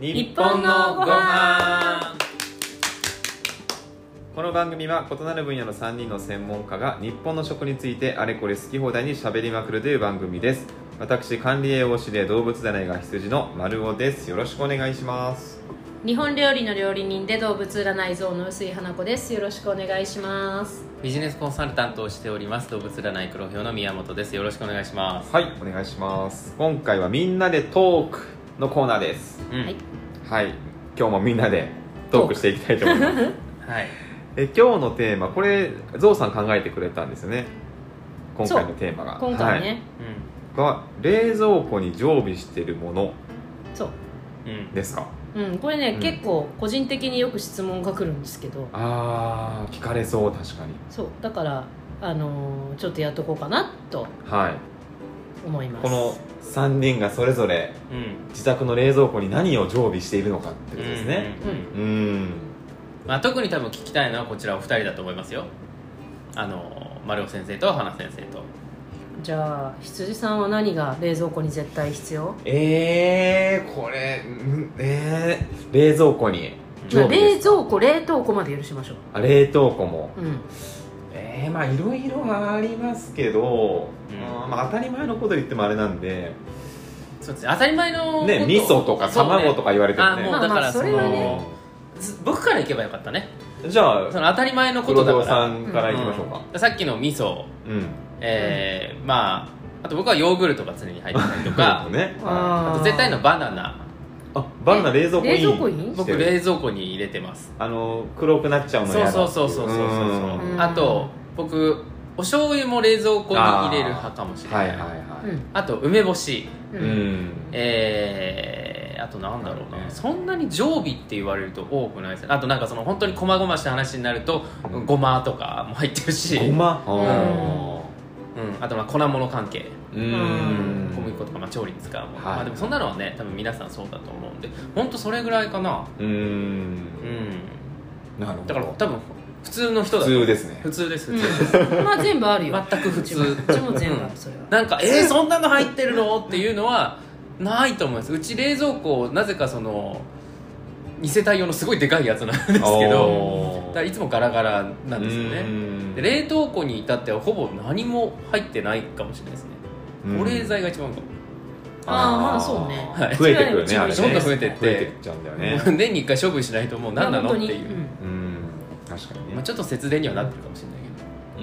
日本のご飯この番組は異なる分野の3人の専門家が日本の食についてあれこれ好き放題にしゃべりまくるという番組です私管理栄養士で動物占いが羊の丸尾ですよろしくお願いします日本料理の料理人で動物占い像の薄井花子ですよろしくお願いしますビジネスコンサルタントをしております動物占い黒豹の宮本ですよろしくお願いします、はいお願いします今回はみんなでトークのコーナーですうんはいはい今日もみんなでトークしていきたいと思いますはいえ今日のテーマこれゾウさん考えてくれたんですよね今回のテーマが今回ね、はいが冷蔵庫に常備しているものそううんうんですかうん、これね、うん結構個人的によく質問が来るんですけどあー聞かれそう確かにそうだからあのーちょっとやっとこうかなとはい思いますこの3人がそれぞれうん自宅の冷蔵庫に何を常備しているのかってことですねうんうんうんうんまあ、特に多分聞きたいのはこちらお二人だと思いますよあの丸尾先生と花先生とじゃあ羊さんは何が冷蔵庫に絶対必要えー、これ、うんえー、冷蔵庫に常備で冷す蔵庫冷凍庫まで許しましょあ冷凍庫もううんえー、まあいろいろありますけど、うんうんまあ、当たり前のこと言ってもあれなんでそうですね当たり前のことね味噌とかそうね卵とか言われてもねあもうだまあかまあらそそれの、はねず僕からいけばよかったねうんじゃあその当たり前のこ黒と沢だかさらんからいきましょうか、さっきの味噌うんえーまああと僕はヨーグルトが常に入ってたりと かねあああーと絶対のバナナバナナ冷蔵庫冷イン蔵庫インして僕る冷蔵庫に入れてますあの黒くなっちゃうのそやうだそうそうそうそうそううんうんあと僕お醤油も冷蔵庫に入れる派かもしれはないいはいあ,、はいと梅干しうんううんんえー、あとなんだろうな、ねそんなに常備って言われると多くないですあとなんかその本当に細々した話になるとうんごまとかも入ってるし、ごまうん、あとまあ粉物関係うんん小麦粉とかまあ調理に使うもの、はいまあ、でもそんなのはね多分皆さんそうだと思うんで本当それぐらいかなうんうんなるほどだから多分普通の人普だと思う通ですね普通です普通ですまあ全部あ るよ全く普通うちも全部あるそれはなんかえー、そんなの入ってるのっていうのはないと思いますうち冷蔵庫をなぜかその2世帯用のすごいでかいやつなんですけどおーだからいつもガラガラなんですようねんで冷凍庫に至ってはほぼ何も入ってないかもしれないですねうん保冷剤が一番かも、あーまあそうねはい増えてくるねあれねどんどん増えてって増えてっちゃうんだよね 年に1回処分しないともう何なのっていう、うん確かにまあ、ねちょっと節電にはなってるかもし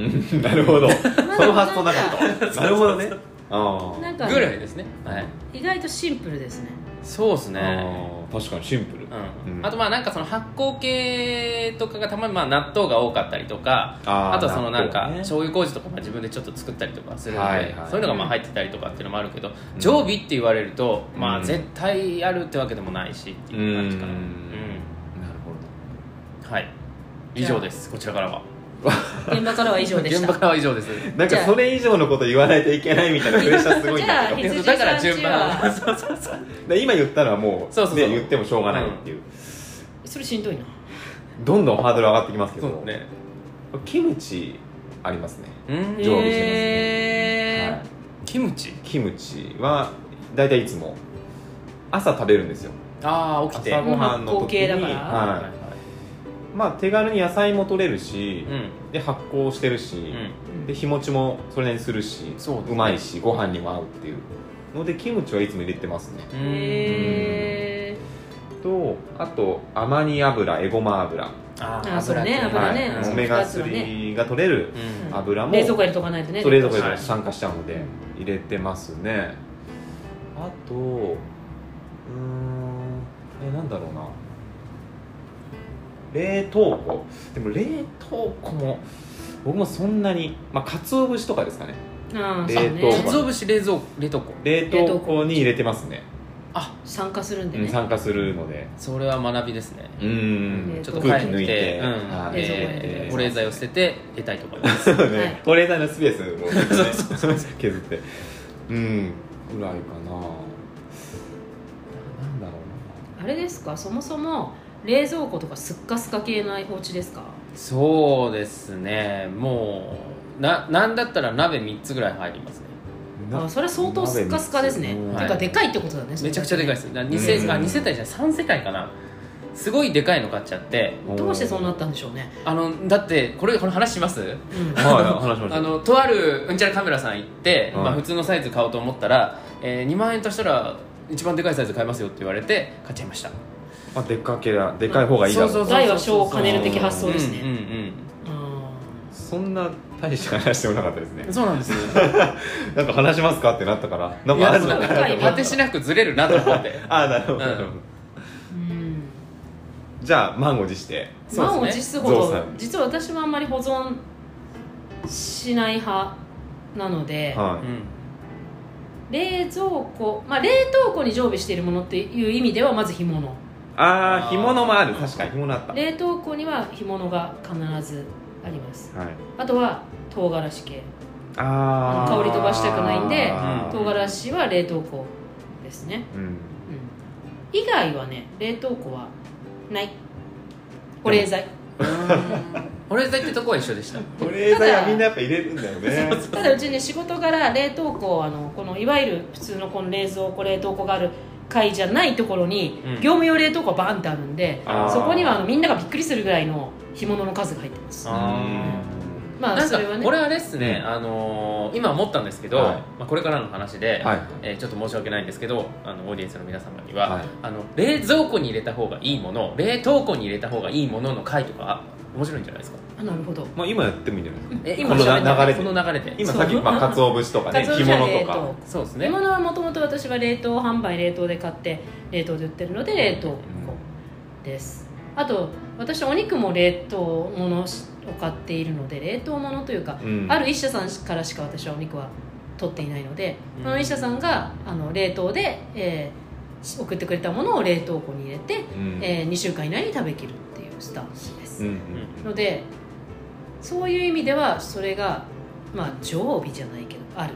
れないけうん なるほ どその発想なかったなるほどねあー本当にうんなんどかぐらいですね、はい、意外とシンプルですねそうですねあー確かにシンプルうんうんあとまあなんかその発酵系とかがたまにまあ納豆が多かったりとかあーあとはそのなんか納豆ね醤油麹とかまあ自分でちょっと作ったりとかするので、はいはいそういうのがまあ入ってたりとかっていうのもあるけど、常備って言われるとうまあん絶対あるってわけでもないしっていう感じかうなうんん、なるほどはい以上ですこちらからは現場からは以上でし現た場からは以上ですなんじかゃあそれ以上のこと言わないといけないみたいなプレッシャーすごいんじゃだあけど羊さんだちから順番はそうそうそうで今言ったのはもうそうそうそうね、言ってもしょうがないっていう、それしんどいなどんどんハードル上がってきますけそどうだねキムチありますね、う常備しんてますねへはーいキムチキムチは大体いつも朝食べるんですよああ起きて朝ごはんの時に、もう発酵系だからはいまあ、手軽に野菜も取れるしう、んで発酵してるし、うんで日持ちもそれなりにするしそうですねまいしご飯にも合うっていうのでキムチはいつも入れてますねへとあとアマニ油エゴマ油ああそうね系油ねうんはい、そオうメガ二つのね3が取れるうんあ油ーも冷蔵庫入れとかないとねそう冷蔵庫ではい酸化しちゃうので入れてますねあとうーんえなんだろうな冷凍庫でも冷凍庫も僕もそんなにまあ鰹節とかですかねあー冷凍庫そうね鰹節冷蔵冷凍庫冷凍庫に入れてますねあ酸化するんでうんね酸化するのでそれは学びですねうーんちょっと空空気気抜抜いいてて、うんはい冷蔵庫に入れえてー保冷剤を捨てて得たいと思いま すそうね、はい保冷剤のスペースを、削ってうんぐらいかななんだろあれですかそもそも冷蔵庫とかすっかすか系のお家ですかそうですねもうななんだったら鍋3つぐらい入りますねうなあそれは相当スッカスカですね鍋三つはいてかでかいってことだねめちゃくちゃでかいですすだから二世,、うんあ二世帯じゃない3世帯かなすごいでかいの買っちゃってどうしてそうなったんでしょうねあのだってこれこの話しますうんはい話しましょうあのとあるうんちゃらカメラさん行って、はいまあ、普通のサイズ買おうと思ったら、えー、2万円としたら一番でかいサイズ買いますよって言われて買っちゃいましたあでっかけだでかい方がいいだろうそうそうそう大は小を兼ねる的発想うですんねあそんな大した話してもなかったですうんねうんそうなんですなんか話しますかってなったからなんいかあやるそのうかでかい果てしなくずれるなと思ってあなるほど、うんなるほどーうんじゃあ満を持して満そをうで持すすほどゾウさん実は私はあんまり保存しない派なので、はね冷蔵庫、まあ、冷凍庫に常備しているものっていう意味ではまず干物いああ干物もある確かに干物あった冷凍庫には干物が必ずありますはいあとは唐辛子系あー香り飛ばしたくないんであー唐辛子は冷凍庫ですね、うんうん、以外はね冷凍庫はない保冷剤うん俺だってとこは一緒でした保冷剤はみんなやっぱ入れるんだよねただうちね仕事柄冷凍庫あのこのいわゆる普通のこの冷蔵庫冷凍庫がある階じゃないところに、うん業務用冷凍庫バーンってあるんであーそこにはあのみんながびっくりするぐらいの干物の数が入ってますあまあなんそかれはねこれあれですね、うんあのー今思ったんですけど、はいまあ、これからの話で、はいえーちょっと申し訳ないんですけどあのオーディエンスの皆様には、はいあの冷蔵庫に入れた方がいいもの冷凍庫に入れた方がいいものの回とか面白いんじゃないですかあなるほどまあ今やってもいいんじゃないですかこのえ喋ってない流れでこの流れで今さっきそうまあ鰹節とかね鰹干節は物と冷凍かそうです干ね物はもともと私は冷凍販売冷凍で買って冷凍で売ってるので冷凍庫ですあと私お肉も冷凍物を買っているので冷凍物というか、うんある一社さんからしか私はお肉は取っていないので、うんその一社さんがあの冷凍で、えーし送ってくれたものを冷凍庫に入れうて、んえ2週間以内に食べきるっていうスタンスです、うんうんのでそういう意味ではそれがまあ常備じゃないけどある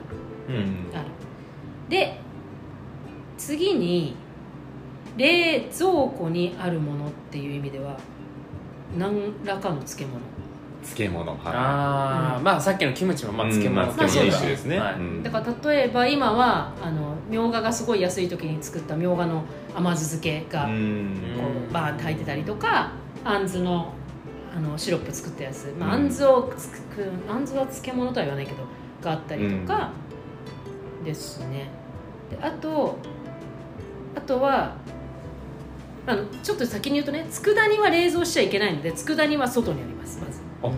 ううんんあるで次に冷蔵庫にあるものっていう意味では何らかの漬物漬物はあーうんまあさっきのキムチもまあうん漬物まあ漬物の一種ですねはいうんだから例えば今はあのみょうががすごい安い時に作ったみょうがの甘酢漬けがうこんうバーンって入ってたりとかあんずのあのシロップ作ったやつ、まあ、あんずをつくあんずは漬物とは言わないけどがあったりとかですねであとあとはあのちょっと先に言うとね佃煮は冷蔵しちゃいけないので佃煮は外にありますまずあ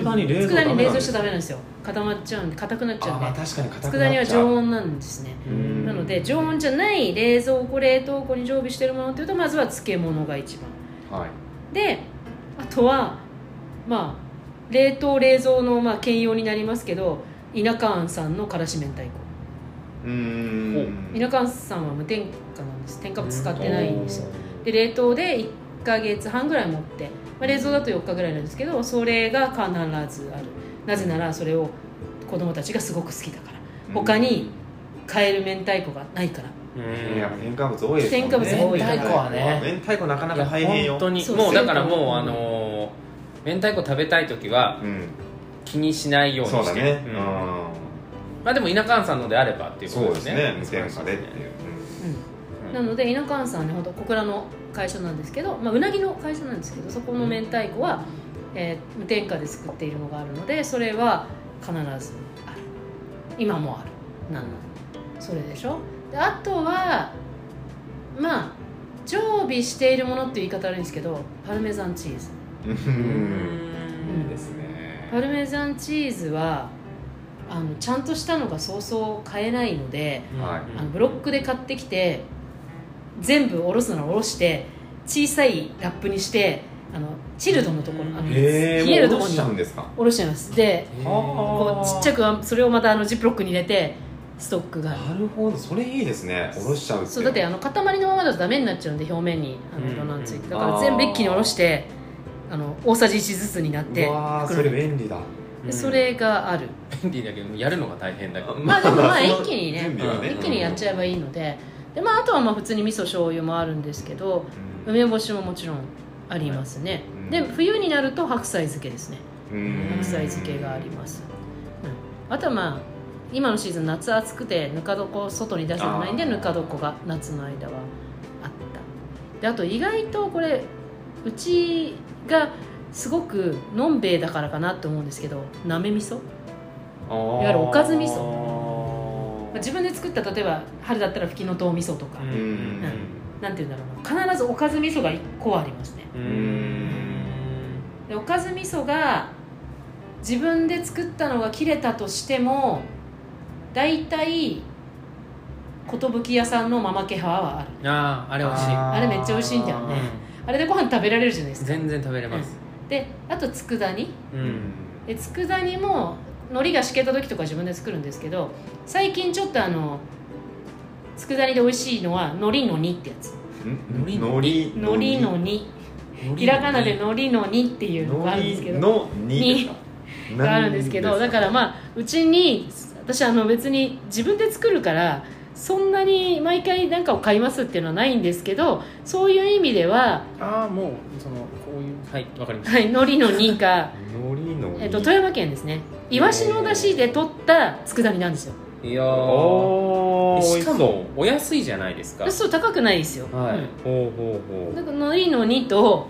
佃煮冷蔵佃煮冷蔵しちゃダダメメなんですよ固まっちゃうんで硬くなっちゃなうんんでだあーまあ確かに硬く佃煮なはっちゃう常温なんですねうんなので常温じゃない冷蔵庫冷凍庫に常備してるものっていうとまずは漬物が一番はいであとはまあ冷凍冷蔵のまあ兼用になりますけど田舎庵さんのからし明太子うーん田舎庵さんは無添加なんです添加物使ってないんですよで冷凍で1ヶ月半ぐらい持って、まあ、冷蔵だと4日ぐらいなんですけどそれが必ずあるなぜならそれを子供たちがすごく好きだから他に買える明太子がないからうんいや添加物多いですもんね添加物多い明太子はね明太子なかないかや大変よ本当にそうもうだからそうもうあのー明太子食べたい時はうん気にしないようにそうしだてねうんうまあでも田舎さんのであればっていんうことそうでですすねね無添加でっていうなので稲川さんはね本当小倉の会社なんですけど、まあ、うなぎの会社なんですけどそこの明太子は、えー無添加で作っているのがあるのでそれは必ずある今もあるなんなのそれでしょであとはまあ常備しているものっていう言い方あるんですけどパルメザンチーズうんうんいいですねパルメザンチーズはあのちゃんとしたのがそうそう買えないので、はいあのブロックで買ってきて全部おろすならおろして小さいラップにしてあのチルドのところあのへえ冷えるともうどうころしにちゃうんですかおろしちゃいますでへーこうちっちゃくはそれをまたあのジップロックに入れてストックがあるなるほどそれいいですねおろしちゃうってそうだってあの塊のままだとダメになっちゃうんで表面にあのうん色なんついてんだから全部一気におろしてあの大さじ1ずつになってうわー袋そにれ便利だでそれがある便利だけどやるのが大変だけどまあでもまあ一気にね準備はね一気にやっちゃゃえばいいのでで、まあ、あとはまあ普通に味噌醤油もあるんですけどうん梅干しももちろんありますね、うんで冬になると白菜漬けですねうん白菜漬けがあります、うんあとはまあ今のシーズン夏暑くてぬか床外に出してないんであーぬか床が夏の間はあったであと意外とこれうちがすごくのんべえだからかなと思うんですけどなめ味噌わいわゆるおかず味噌噌自分で作った例えば春だったらふきのとう味噌とか、うんなんて言うんだろうな必ずおかず味噌が1個はありますねうんうんでおかず味噌が自分で作ったのが切れたとしても大体寿屋さんのママケハはあるあああれ美味しいあれめっちゃ美味しいんだよねあれでご飯食べられるじゃないですか全然食べれますであと佃煮ううんんで佃煮も海苔がしけた時とか自分で作るんですけど最近ちょっとあの佃煮で美味しいのは海苔の煮ってやつのりのり海苔の煮ひらがなで海苔の煮っていうのがあるんですけどのにがあるんですけどだからまあうちに私あの別に自分で作るからそんなに毎回何かを買いますっていうのはないんですけどそういう意味では、 ああもうそのこういうはいわかりましはい、海苔の2か、のりのえっと、富山県ですねイワシの出汁で取った佃煮なんですよたいやーおーしかもお安いじゃないですかそう高くないですよ、はういんほうほうほだから海苔の2と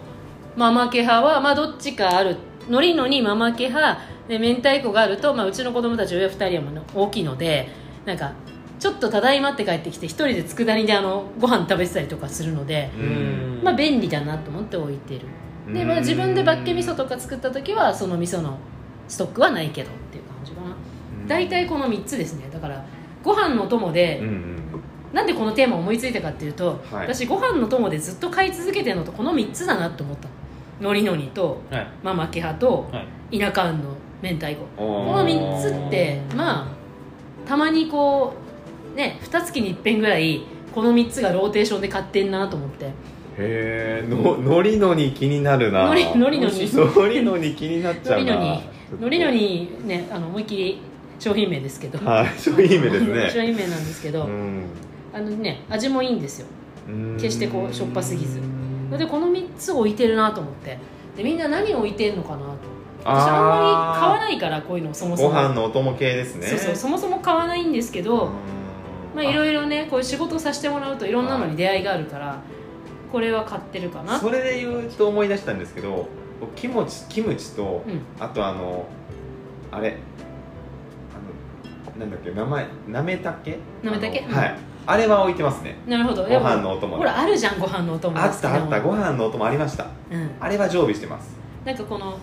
ママケハはまあどっちかある海苔の2ママケハで明太子があると、まあ、うちの子供たち親2人はもう大きいのでなんかちょっとただいまって帰ってきて一人で佃煮であのご飯食べてたりとかするので、ううんまあ、便利だなと思って置いてるうで、まあ、自分でバッケ味噌とか作った時はその味噌のストックはないけどっていう感じかな大体この3つですねだからご飯の友で、うんうんなんでこのテーマを思いついたかっていうと、はい私ご飯の友でずっと買い続けてるのとこの3つだなと思ったののりのりとはいママキハとはい田舎庵の明太子ここの3つってまあたまにこうね2月に1遍ぐらいこの3つがローテーションで買ってんなと思ってへえののりのに気になるなのりのりのにのりのに気になっちゃうなのりのにのりのにねあの思いっきり商品名ですけどはい商品名ですね 商品名なんですけど、うんあのね味もいいんですようん決してこうしょっぱすぎずでこの3つ置いてるなと思ってでみんな何置いてんのかなと私あんまり買わいないからこういうのそもそごも飯のお供系ですねそうそうそもそも買わないんですけど、まあいろいろねこういう仕事させてもらうといろんなのに出会いがあるからこれは買ってるかなそれで言うと思い出したんですけど僕キムチキムチと、うんあとあのあれあのなんだっけ名前なめたけなめ茸あのはいあれは置いてますねなるほどごでも飯のお供ほらあるじゃんご飯のお供あったあったご飯、飯のお供ありましたうん、あれは常備してますなんかこの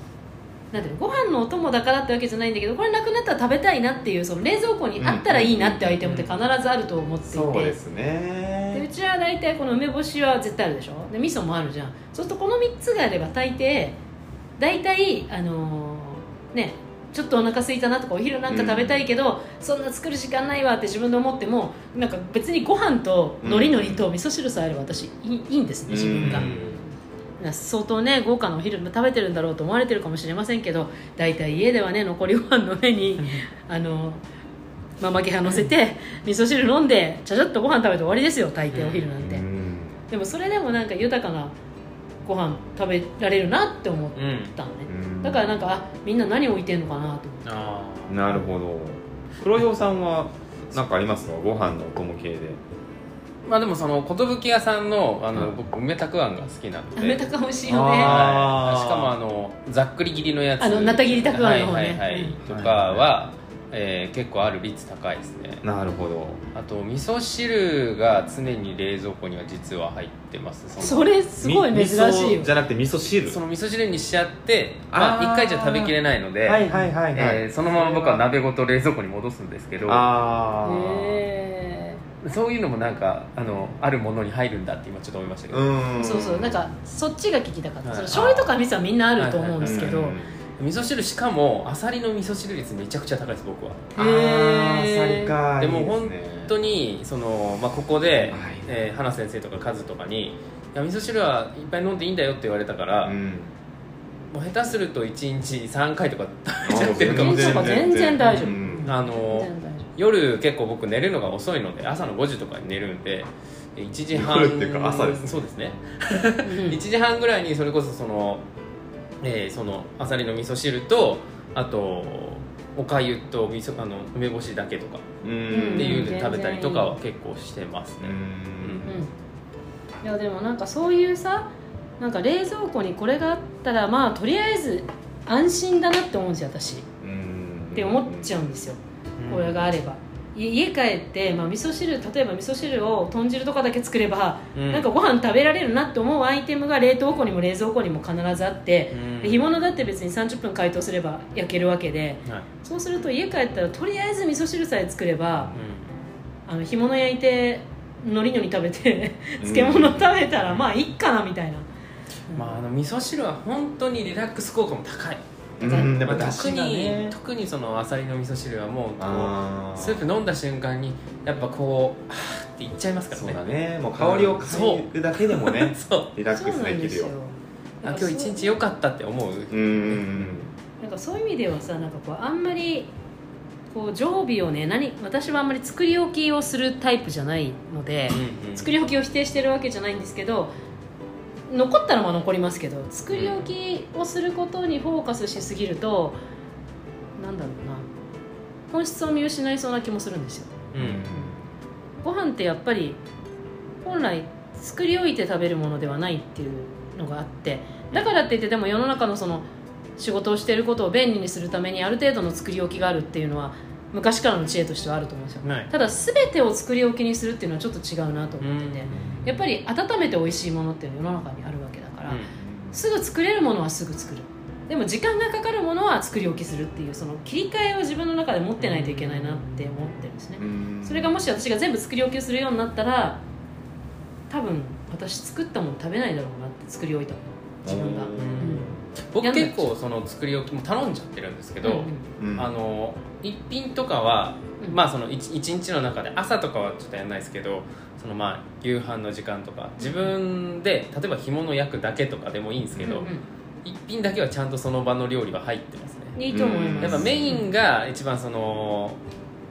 なんていうのご飯のお供だからってわけじゃないんだけどこれなくなったら食べたいなっていうその冷蔵庫にあったらいいなってアイテムって必ずあると思っていて、そうですでうねちは大体この梅干しは絶対あるでしょで味噌もあるじゃんそうするとこの3つがあれば大抵大体あのーねちょっとお腹空いたなとかお昼なんか食べたいけど、そんな作る時間ないわって自分で思ってもなんか別にご飯と海苔のりと味噌汁さえあれば私いいいいんですね自分がうん相当ね豪華なお昼食べてるんだろうと思われてるかもしれませんけど大体家ではね残りご飯の上にあのママケハ乗せて味噌汁飲んでちゃちゃっとご飯食べて終わりですよ大抵お昼なんて、うんでもそれでもなんか豊かなご飯食べられるなって思っうんたのねう、んだからなんかあみんな何置いてんのかなと思ってああなるほど黒ひょうさんは何かありますかご飯のお供系でまあでもその寿屋さんのあの、うん僕梅たくあんが好きなのであめたはいか美味しいよあねしかもあのざっくり切りのやつあのなた切りたくあんの方ねはいはいはいうんとかは、えー結構ある率高いですねなるほどあと味噌汁が常に冷蔵庫には実は入ってますそのそれすごい珍しみい味よ噌じゃなくて味噌汁その味噌汁にしちゃってまあ、あー1回じゃ食べきれないので、はいはいはいはい、えーそのまま僕は鍋ごと冷蔵庫に戻すんですけどあーへそういうのもなんかあのあるものに入るんだって今ちょっと思いましたけど、うーんそうそうなんかそっちが聞きたかった、はいその醤油とか味噌はみんなあると思うんですけど、うん味噌汁しかもあさりの味噌汁率めちゃくちゃ高いです僕はあーへーあさりかでも本当ににその、まあ、ここで、はいえー花先生とかカズとかに「いや味噌汁はいっぱい飲んでいいんだよ」って言われたから、うんもう下手すると1日3回とか食べちゃってるかもしれそなうい全然大丈夫うんあの全然大丈夜結構僕寝るのが遅いので朝の5時とかに寝るんで1時半夜っていうか朝ですねそうですね夫うん1時半ぐらいにそれこそそのえーそのあさりの味噌汁とあとおかゆと味噌あの梅干しだけとかうんんっていう全の然で食べたりとかは結構してますうね、んうん、いやでもなんかそういうさなんか冷蔵庫にこれがあったらまあとりあえず安心だなって思うんですよ私っうんて思っちゃうんですよ、うんこれがあればい家帰って、まあ、味噌汁例えば味噌汁を豚汁とかだけ作れば、うんなんかご飯食べられるなって思うアイテムが冷凍庫にも冷蔵庫にも必ずあって、うん干物だって別に30分解凍すれば焼けるわけではいそうすると家帰ったらとりあえず味噌汁さえ作ればあの干物焼いてのりのり食べて漬物食べたらまあいっかなみたいな、うんまあ、あの味噌汁は本当にリラックス効果も高いうんやっぱ出特汁がにね特にそのアサリの味噌汁はもうこうあースープ飲んだ瞬間にやっぱこうはーっていっちゃいますからねそうだねもう香りを嗅ぐだけでもね そうリラッそクうスなでんきでるすよよあ今日一日良かったって思う、うーんなんかそういう意味ではさなんかこうあんまりこう常備をね何私はあんまり作り置きをするタイプじゃないのでうんうん作り置きを否定してるわけじゃないんですけど残ったのは残りますけど作り置きをすることにフォーカスしすぎるとなんだろうな本質を見失いそうな気もするんですようんご飯ってやっぱり本来作り置いて食べるものではないっていうのがあってだからって言ってでも世の中のその仕事をしていることを便利にするためにある程度の作り置きがあるっていうのは昔からの知恵としてはあると思うんですよないただ全てを作り置きにするっていうのはちょっと違うなと思ってて、やっぱり温めて美味しいものっていうのは世の中にあるわけだから、すぐ作れるものはすぐ作るでも時間がかかるものは作り置きするっていうその切り替えを自分の中で持ってないといけないなって思ってるんですねうんそれがもし私が全部作り置きをするようになったら多分私作ったもの食べないだろうなって作り置いたもの自分がう僕結構その作り置きも頼んじゃってるんですけど、んうんあの一品とかは、うんまあその一一日の中で朝とかはちょっとやらないですけどそのまあ夕飯の時間とか自分で例えば干物焼くだけとかでもいいんですけど、うんうん一品だけはちゃんとその場の料理は入ってますねいいと思いますやっぱメインが一番その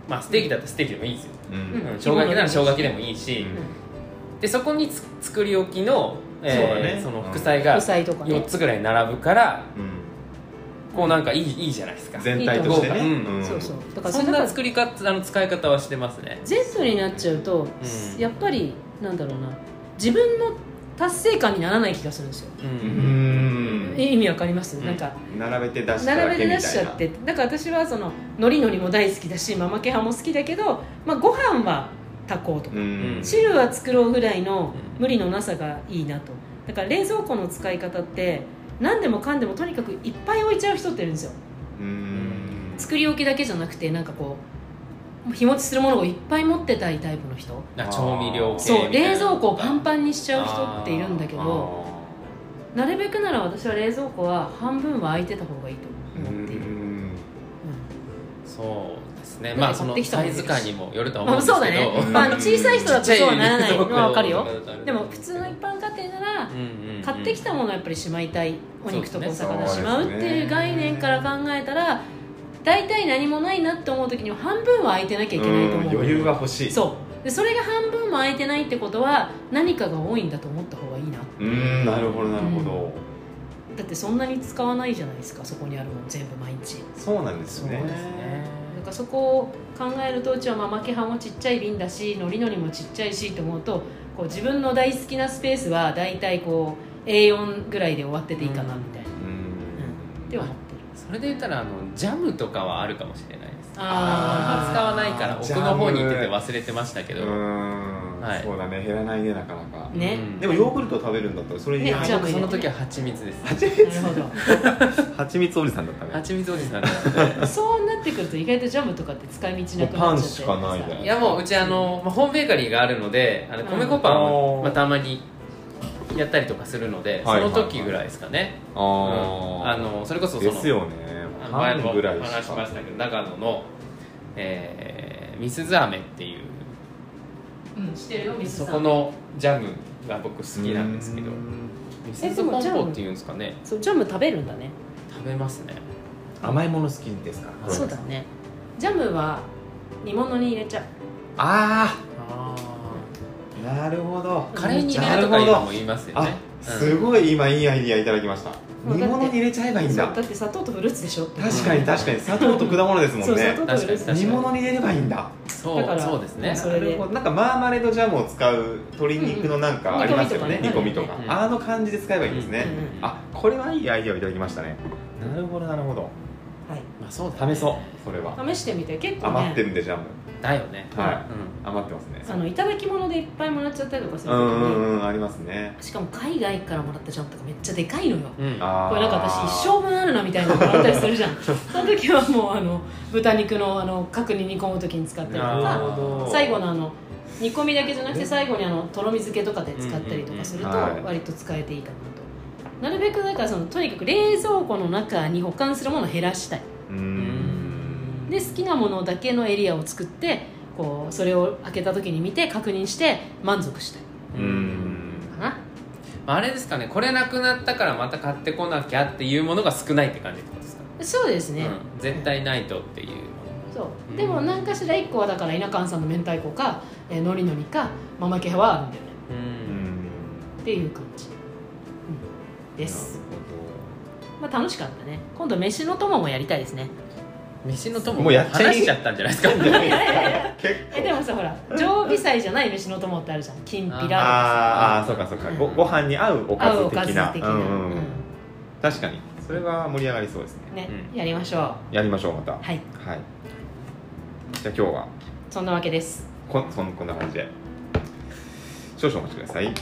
まあステーキだったらステーキでもいいですよ、ううんん生姜焼きなら生姜焼きでもいいし、うんでそこにつ作り置きの、そうだえーねその副菜副が菜とか4ねつぐらい並ぶからうんこうなんかいいいいじゃないですか全体としてねいいと思んそうそうだからそそんんなな作り方あの使い方はしてますね全部になっちゃうと、うんやっぱりなんだろうな自分の達成感にならない気がするんですよ、ううんんえ意味わかります、うんなんか並べて出しただ並けべみてた出しちいゃなってだから私はそののりのりも大好きだしママケハも好きだけど、まあ、ご飯は炊こうとか、うん汁は作ろうぐらいの無理のなさがいいなとだから冷蔵庫の使い方って何でもかんでもとにかくいっぱい置いちゃう人っているんですようん作り置きだけじゃなくてなんかこう日持ちするものをいっぱい持ってたいタイプの人な調味料系そうみたいな冷蔵庫をパンパンにしちゃう人っているんだけどなるべくなら私は冷蔵庫は半分は空いてた方がいいとう思っている、うんんそうですねなんかまあそ買っのてきたもサんイねズ感にもよるとは思まあ、うんですけそどうだね、 うんまあ、小さい人だとそうはならないのは分かるよ ででも普通の一般家庭なら買ってきたものはやっぱりしまいたいお肉とかおそう魚ですねしまうっていう概念から考えたら大体何もないなって思う時には半分は空いてなきゃいけないと思う余裕が欲しいそうでそれが半分も空いてないってことは何かが多いんだと思った方がいいなうんなるほどなるほどだってそんなに使わないじゃないですかそこにあるもの全部毎日そうなんですそうねですねなんかそこを考えるとうちはママケハもちっちゃい瓶だしのりのりもちっちゃいしと思うとこう自分の大好きなスペースは大体こう A4 ぐらいで終わってていいかなみたいな、うんでは思ってるそれで言ったらあのジャムとかはあるかもしれないですあー使わないから奥の方に行ってて忘れてましたけど、うんはいそうだね減らないねなかなかねうんでもヨーグルト食べるんだったらそれにねあジャム僕その時は蜂蜜ですなるほど蜂蜜おじさんだったね蜂蜜おじさんだ ったん でそうなってくると意外とジャムとかって使い道なもくうなパンっちゃってしかないじゃんいやもううちあの、まあ、ホームベーカリーがあるのであの米粉パンうを、んまあ、たまにやったりとかするのでそはいはいの時ぐらいですかね、あうんあのそれこそそのですよねあのパ前ンもぐらいし話しまかしたけど長野の、えー、ミスズアメっていううんしてるよ水そさんこのジャムが僕好きなんですけどうんミスズポンポっていうんですかねそうジャム食べるんだね食べますね甘いもの好きですからそうだねジャムは煮物に入れちゃうあああなるほどカレーに入れるとかなるほど今も言いますよねあすごい今いいアイディアいただきましたもう煮だって物に入れちゃえばいいんそだうだって砂糖とフルーツでしょって確かに確かに砂糖と果物ですもそんう砂ね糖とフルーツ確かに煮物に入れればいいんだそだかうらそうですねそれでなるほどなんかマーマレードジャムを使う鶏肉のなんかありますよねうん煮込みとかうんあの感じで使えばいいんですねうんあこれはいいアイディアをいただきましたねなるほどなるほどは、まあそうだね試そうそれはい試してみて結構余ってねるんでジャムだよねはう余ってますねあのいただき物でいっぱいもらっちゃったりとかすうる時んうにんうんありますねしかも海外からもらったジャムとかめっちゃでかいのよんうんあーこれなんか私一生分あるなみたいなのもらったりする じゃんその時はもうあの豚肉のあの角煮煮込む時に使ったりとなるかほど最後のあの煮込みだけじゃなくて最後にあのとろみ漬けとかで使ったりとかするとうんうんうんはい割と使えていいかなと。なるべくだからそのとにかく冷蔵庫の中に保管するものを減らしたいうんで好きなものだけのエリアを作ってこうそれを開けた時に見て確認して満足したいうんうんかなまああれですかねこれなくなったからまた買ってこなきゃっていうものが少ないって感じってことですかそうですね、うん絶対ないとっていうそううんでも何かしら1個はだから稲川さんの明太子か、えー、のりのりかママ系はあるんだよねううんんっていう感じ、うんです、まあ、楽しかったね今度飯の友もやりたいですね飯の友もうやっちゃい話しちゃったんじゃないですかなるほどいやいやいや結えでもさほら常備菜じゃない飯の友ってあるじゃんきんぴらと構かあーあーそうかそうかごご飯に合うおさ合かうずおかず的的なな、うんうんう確かにそれは盛り上がりそうですねんね、うやりましょうやりましょうまたはいはいじゃあ今日はそんなわけですこそんこんな感じで少々お待ちください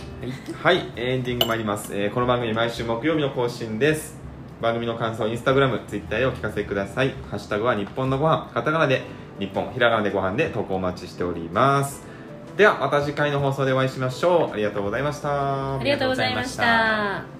はい、エンディング参ります、えーこの番組毎週木曜日の更新です番組の感想をインスタグラムツイッターでお聞かせくださいハッシュタグは日本のご飯カタカナで日本ひらがなでご飯で投稿お待ちしておりますではまた次回の放送でお会いしましょうありがとうございましたありがとうございましありがとうございまた